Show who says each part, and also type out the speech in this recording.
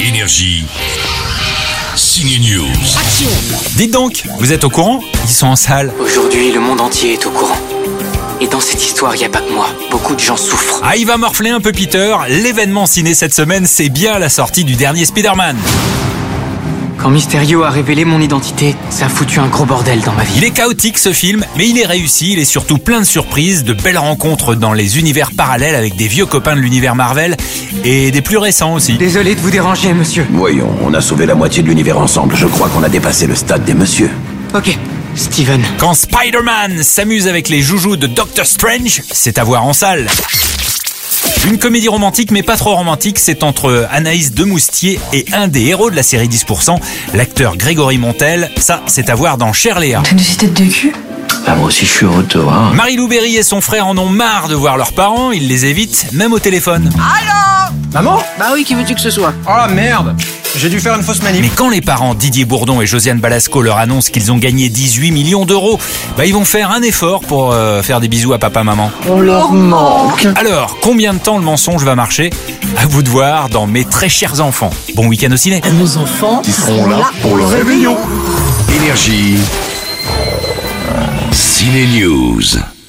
Speaker 1: Énergie. Signe News.
Speaker 2: Dites donc, vous êtes au courant Ils sont en salle.
Speaker 3: Aujourd'hui, le monde entier est au courant. Et dans cette histoire, il n'y a pas que moi. Beaucoup de gens souffrent.
Speaker 2: Ah, il va morfler un peu Peter. L'événement ciné cette semaine, c'est bien la sortie du dernier Spider-Man.
Speaker 3: Quand Mysterio a révélé mon identité, ça a foutu un gros bordel dans ma vie.
Speaker 2: Il est chaotique ce film, mais il est réussi, il est surtout plein de surprises, de belles rencontres dans les univers parallèles avec des vieux copains de l'univers Marvel et des plus récents aussi.
Speaker 3: Désolé de vous déranger, monsieur.
Speaker 4: Voyons, on a sauvé la moitié de l'univers ensemble. Je crois qu'on a dépassé le stade des messieurs.
Speaker 3: Ok, Steven.
Speaker 2: Quand Spider-Man s'amuse avec les joujoux de Doctor Strange, c'est à voir en salle. Une comédie romantique mais pas trop romantique, c'est entre Anaïs Demoustier et un des héros de la série 10%, l'acteur Grégory Montel. Ça, c'est à voir dans Cher Léa.
Speaker 5: T'as une petite tête de cul
Speaker 4: moi aussi, je suis au retour.
Speaker 2: Marie-Lou Berry et son frère en ont marre de voir leurs parents, ils les évitent, même au téléphone.
Speaker 6: Maman
Speaker 7: Bah oui, qui veux-tu que ce soit
Speaker 6: Oh merde J'ai dû faire une fausse manip.
Speaker 2: Mais quand les parents Didier Bourdon et Josiane Balasco leur annoncent qu'ils ont gagné 18 millions d'euros, bah ils vont faire un effort pour euh, faire des bisous à papa-maman.
Speaker 7: On leur manque.
Speaker 2: Alors, combien de temps le mensonge va marcher À vous de voir dans Mes très chers enfants. Bon week-end au ciné
Speaker 7: Nos enfants
Speaker 1: Ils seront là pour le réveillon. Énergie. Ciné News.